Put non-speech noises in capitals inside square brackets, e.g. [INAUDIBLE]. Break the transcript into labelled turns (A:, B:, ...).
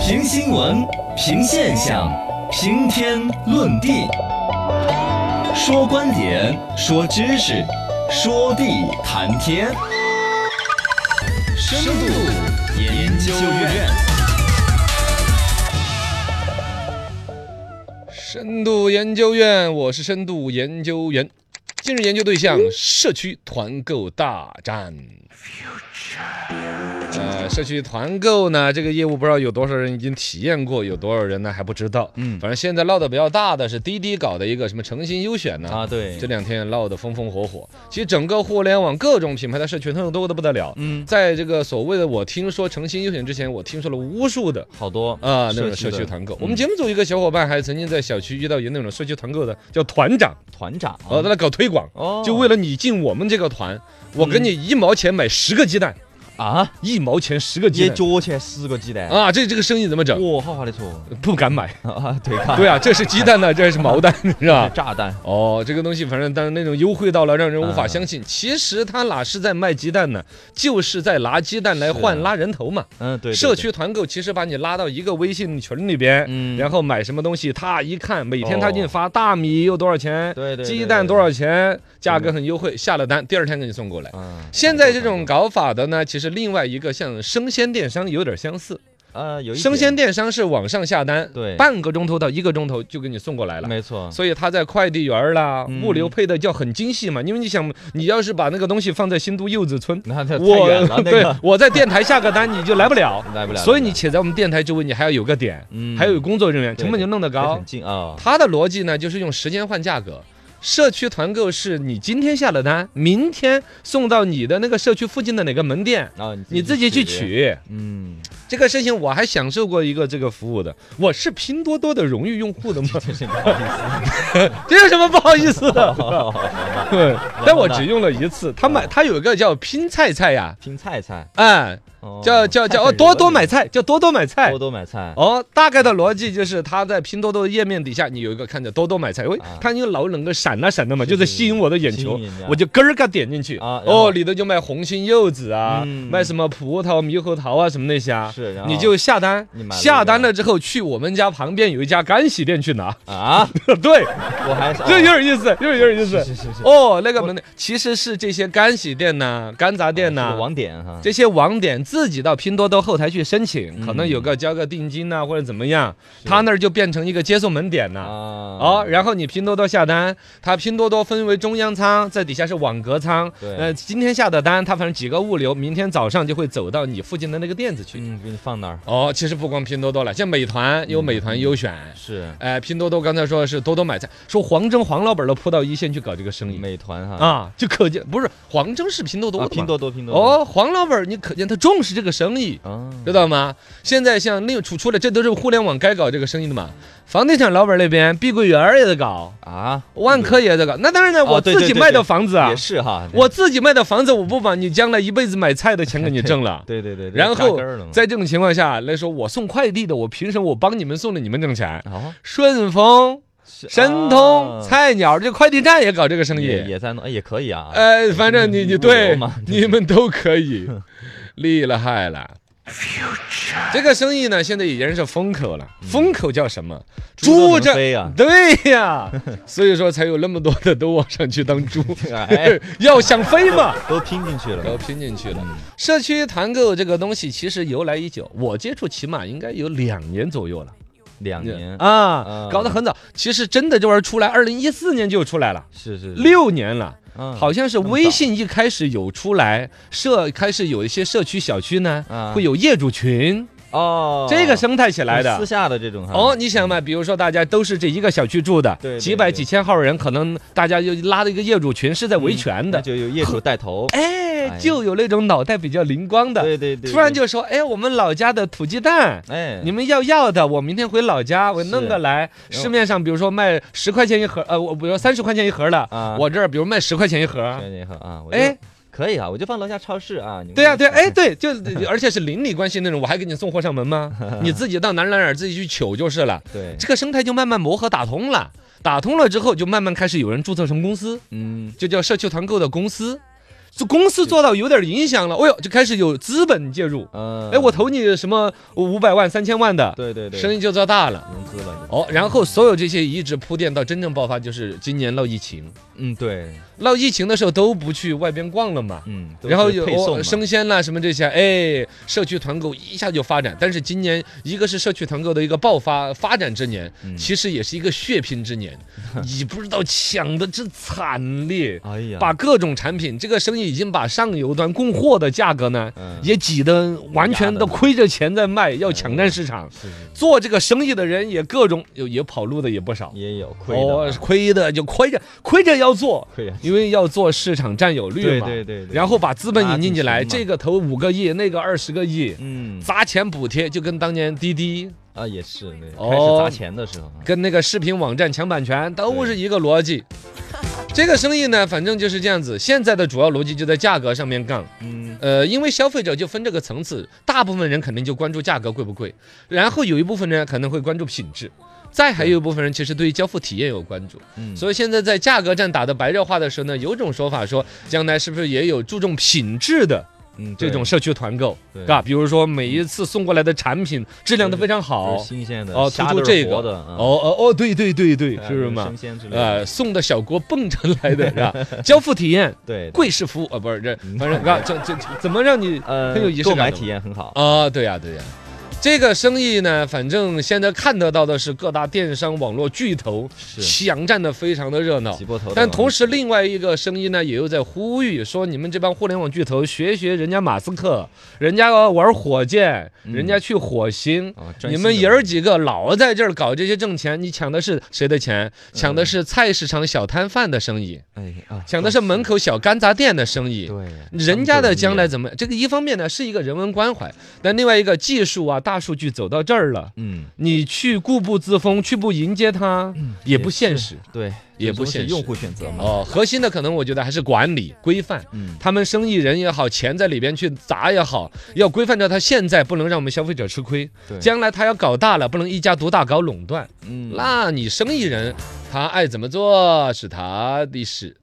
A: 评新闻，评现象，评天论地，说观点，说知识，说地谈天。深度研究院，
B: 深度研究院，我是深度研究员。今日研究对象：
A: 嗯
B: 社区团购大战。呃，社区团购呢，这个业务不知道有多少人已经体验过，有多少人呢还不知道。
A: 嗯
B: 反正现在闹得比较大的是滴滴搞的一个什么诚信优选呢，
A: 啊对
B: 这两天闹得风风火火。其实整个互联网各种品牌的社群都多得不得了。
A: 嗯，
B: 在这个所谓的我听说诚信优选之前，我听说了无数的
A: 好多
B: 啊，那种
A: 社区
B: 社
A: 的
B: 区团购。我们节目组一个小伙伴还曾经在小区遇到有那种社区团购的，叫团长，
A: 团长
C: 哦
B: 呃，在那搞推广，
A: 哦
B: 就为了你进我们这个团，我给你一毛钱买十个鸡蛋，
C: 啊，
B: 一毛钱十个鸡
C: 一
B: 蛋
C: 角钱十个鸡蛋，哇、
B: 啊，这这个生意怎么整？
C: 好划得着
B: 不敢买。
C: [LAUGHS] 啊！对吧？
B: 对啊，啊这是鸡蛋呢，这是毛蛋，是吧？
C: 炸弹，
B: 哦，这个东西反正但是那种优惠到了让人无法
C: 啊
B: 相信。其实他哪是在卖鸡蛋呢，就是在拿鸡蛋来
C: 是啊
B: 换拉人头嘛。
C: 嗯，对，对
B: 社，区团购其实把你拉到一个微信群里边，
C: 嗯
B: 然后买什么东西，他一看，每天
C: 哦
B: 他给你发大米又多少钱，
C: 对对对
B: 鸡蛋多少钱，价格很优惠，下了单，第二天给你送过来
C: 对。嗯，
B: 现在这种搞法的呢，其实另外一个像生鲜电商有点相似，
C: 呃，有一
B: 生鲜
C: 点，
B: 电商是网上下单，
C: 对
B: 半个钟头到一个钟头就给你送过来了。
C: 没错，
B: 所以它在快递员儿啦、
C: 嗯
B: 物流配的要很精细嘛，因为你想，你要是把那个东西放在新都柚子村，
C: 那那太
B: 我
C: 远
B: [LAUGHS]
C: 了，那
B: 对
C: 个，
B: 我在电台下个单，你就来不了，
C: 来不了
B: 所以
C: 来不
B: 你
C: 了
B: 且在我们电台周围，你还要有个点，
C: 嗯
B: 还有工作人员，
C: 对
B: 成本就弄得
C: 这
B: 高
C: 很。近啊，
B: 它的逻辑呢，就是用时间换价格。社区团购是你今天下了单，明天送到你的那个社区附近的哪个门店，
C: 啊，
B: 你自己去，取。
C: 嗯， [LAUGHS]
B: 这个事情我还享受过一个这个服务的，我是拼多多的荣誉用户的吗？
C: 这是不好意思，
B: [LAUGHS] 这有什么不好意思的？
C: [LAUGHS]
B: 对， [LAUGHS] 啊但我
C: 呢
B: 只用了一次。他买他有一个叫拼菜菜呀，
C: 拼菜菜，
B: 哎，
C: 哦
B: [LAUGHS] 叫叫叫哦，多多买，菜，叫多多
C: 太
B: 买
C: 可
B: 菜
C: 以了你多。多买菜，
B: 哦，大概的逻辑就是他在拼多多的页面底下，你有一个看着多多买菜，喂
C: 啊，
B: 他因为老能够闪啊闪的嘛，
C: 是
B: 就是在吸引我的眼
C: 吸
B: 球
C: 引人家，
B: 我就咯儿个点进去。
C: 啊然后
B: 哦，里头就卖红心柚子啊，
C: 嗯
B: 卖什么葡萄、猕猴桃啊什么那些啊，
C: 是然后
B: 你就下单
C: 你，买了一
B: 下
C: 个
B: 单了之后去我们家旁边有一家干洗店去
C: [LAUGHS]
B: 拿。
C: 啊，
B: [LAUGHS] 对，
C: 我还是
B: 这有点意思，有点有点意
C: 是
B: 思。
C: 是是是，
B: 哦，那个门店其实是这些干洗店呐、干杂店
C: 啊是
B: 呐、
C: 个网点哈，
B: 这些网点自己到拼多多后台去申请，
C: 嗯
B: 可能有个交个定金呐、或者怎么样，他那儿就变成一个接送门点呐、
C: 啊，
B: 哦，然后你拼多多下单，它拼多多分为中央仓，在底下是网格仓。
C: 对
B: 呃，今天下的单，它反正几个物流，明天早上就会走到你附近的那个店子去。
C: 嗯，给你放那儿，
B: 哦，其实不光拼多多了，像美团有美
C: 嗯
B: 团优选，
C: 是
B: 哎，拼多多刚才说的是多多买菜，说黄峥黄老板都扑到一线去搞这个生意
C: 美团哈，
B: 啊，就可见不是黄峥是拼多多
C: 啊，
B: 的
C: 拼
B: 嘛
C: 多多拼多多，
B: 哦，黄老板你可见他重视这个生意，
C: 啊，
B: 知道吗？现在像另除除了这都是互联网该搞这个生意的嘛，房地产老板那边碧桂园儿也在搞，
C: 啊，
B: 万科也在搞，那当然了，
C: 哦
B: 我
C: 对
B: 自
C: 对
B: 己
C: 对
B: 卖的
C: 对
B: 房子啊
C: 也，是哈，。
B: 我自己卖的房子我不把你将来一辈子买菜的钱给你挣了
C: [LAUGHS] 对对对，这
B: 然
C: 扎
B: 后
C: 根儿了嘛
B: 在这种情况下来说，我送快递的，我凭什么我帮你们送了你们挣钱？
C: 哦，
B: 顺丰、
C: 是
B: 申通、
C: 啊
B: 菜鸟这快递站也搞这个生
C: 也
B: 意，
C: 也在弄，哎也可以啊，
B: 呃，反正你你对
C: 物流
B: [LAUGHS]
C: 嘛，
B: 你们都
C: [LAUGHS]
B: 可以，厉了害了。这个生意呢，现在已经是风口了。风口叫什么？
C: 嗯猪
B: 这，
C: 这飞啊呀
B: [LAUGHS] 对呀，所以说才有那么多的都往上去当猪，
C: [LAUGHS] [LAUGHS] 哎，
B: [LAUGHS] 要想飞
C: [LAUGHS]
B: 嘛，
C: 都拼进去
B: 然后
C: 了，
B: 拼进去了。
C: 嗯
B: 社区团购这个东西其实由来已久，我接触起码应该有两年左右了。
C: 两年，
B: 啊
C: 啊，
B: 搞得很早。其实真的这玩意儿出来，二零一四年就出来了，
C: 是是是
B: 六年了。
C: 嗯
B: 好像是
C: 那么
B: 微
C: 早
B: 信一开始有出来，社开始有一些社区小区呢，
C: 啊
B: 会有业主群，
C: 哦，
B: 这个生态起
C: 就
B: 来
C: 私
B: 的。
C: 下的这种哈，
B: 哦，你想嘛，比如说大家都是这一个小区住的
C: 对，对
B: 几百
C: 对
B: 几千号人，可能大家就拉了一个业主群，是在维权
C: 嗯那
B: 的。
C: 就有业主带头，
B: 哎，
C: 哎
B: 就有那种脑袋比较灵光的，
C: 对对对，
B: 突然
C: 对
B: 就说，哎，我们老家的土鸡蛋，
C: 哎，
B: 你们要要的，我明天回老家，我弄个来。
C: 是
B: 市面上比如说卖十块钱一盒，呃，我比如说三十块钱一盒的，
C: 啊，
B: 我这儿比如卖十块钱一盒。
C: 选你和啊，我就
B: 哎，
C: 可以啊，我就放楼下超市啊，你们
B: 对呀、对、
C: 去
B: 哎，对，就而且是邻里关系那种，我还给你送货上
C: [LAUGHS]
B: 门吗？你自己到哪儿哪儿哪儿自己去取就是了。
C: 对，
B: 这个生态就慢慢磨合打通了，打通了之后就慢慢开始有人注册成公司，
C: 嗯，
B: 就叫社区团购的公司。这公司做到有点影响了，哎呦，就开始有资本介入。
C: 嗯，
B: 哎，我投你什么五百万、三千万的，
C: 对对对，
B: 生意就做大了。
C: 融资了就，
B: 哦，然后所有这些一直铺垫到真正爆发，就是今年闹疫情。
C: 嗯对，
B: 闹疫情的时候都不去外边逛了嘛，
C: 嗯，都
B: 然后
C: 是
B: 有
C: 配送嘛
B: 哦生鲜啦什么这些，哎，社区团购一下就发展。但是今年一个是社区团购的一个爆发发展之年，
C: 嗯
B: 其实也是一个血拼
C: [LAUGHS]
B: 之年，你不知道抢的之惨烈，
C: 哎呀，
B: 把各种产品，这个生意已经把上游端供货的价格呢，
C: 嗯
B: 也挤得完全都亏着钱在卖，要抢占市场。
C: 是是
B: 做这个生意的人也各种有也跑路的也不少，
C: 也有亏
B: 哦
C: 的，啊，
B: 亏的就亏着，亏着要做，
C: 亏
B: [LAUGHS]
C: 呀，
B: 因为要做市场占有率
C: 对
B: 嘛，
C: 对对对，
B: 然后把资本引进进来，
C: 拉进群
B: 这
C: 嘛
B: 个投五个亿，那个二十个亿，
C: 嗯
B: 砸钱补贴，就跟当年滴滴
C: 啊也是对，
B: 哦
C: 开始砸钱的时候啊，
B: 跟那个视频网站抢版权都
C: 对
B: 是一个逻辑。这个生意呢，反正就是这样子。现在的主要逻辑就在价格上面杠。
C: 嗯
B: 呃，因为消费者就分这个层次，大部分人肯定就关注价格贵不贵，然后有一部分人可能会关注品质，再还有一部分人其实对于交付体验有关注。
C: 嗯，
B: 所以现在在价格战打的白热化的时候呢，有种说法说，将来是不是也有注重品质的
C: 以
B: 这种社区团购，
C: 嗯对嗯
B: 啊？比如说每一次送过来的产品质量都非常
C: 就是
B: 好，
C: 新鲜的
B: 哦
C: 虾
B: 突出
C: 都是
B: 这个
C: 活的啊
B: 哦哦哦，对对对对，
C: 对啊
B: 是不是
C: 就
B: 嘛
C: 生？鲜之类的，
B: 呃，送的小锅蹦着来的
C: [LAUGHS]
B: 是吧？交付体验、
C: 对，
B: 贵式服务啊，不是这，
C: 嗯
B: 反正啊，这这这怎么让你
C: 呃，
B: 很有仪式
C: 购
B: 感
C: 买
B: 的
C: 体验很好，
B: 啊，对呀、对呀、这个生意呢，反正现在看得到的是各大电商网络巨头
C: 是
B: 抢占的非常的热闹
C: 几。波头的啊，
B: 但同时，另外一个声音呢，也又在呼吁说，你们这帮互联网巨头学学人家马斯克，人家玩火箭，
C: 嗯
B: 人家去火星，
C: 啊，专
B: 你
C: 心
B: 们
C: 地
B: 爷儿几个老在这儿搞这些挣钱，你抢的是谁的钱？
C: 嗯
B: 抢的是菜市场小摊贩的生意，
C: 哎啊，
B: 抢的是门口小干杂店的生意。
C: 对
B: 人家的将来
C: 怎
B: 怎么？这个一方面呢是一个人文关怀，但另外一个技术啊、大数据走到这儿了，
C: 嗯
B: 你去固步自封，去不迎接它，也不现实。
C: 对
B: 也
C: 最
B: 不
C: 终是
B: 现
C: 用
B: 实
C: 户选择嘛，
B: 哦，核心的可能我觉得还是管理规范。
C: 嗯
B: 他们生意人也好，钱在里边去砸也好，要规范着他现在不能让我们消费者吃亏
C: 对。
B: 将来他要搞大了，不能一家独大搞垄断。
C: 嗯
B: 那你生意人他爱怎么做是他的事。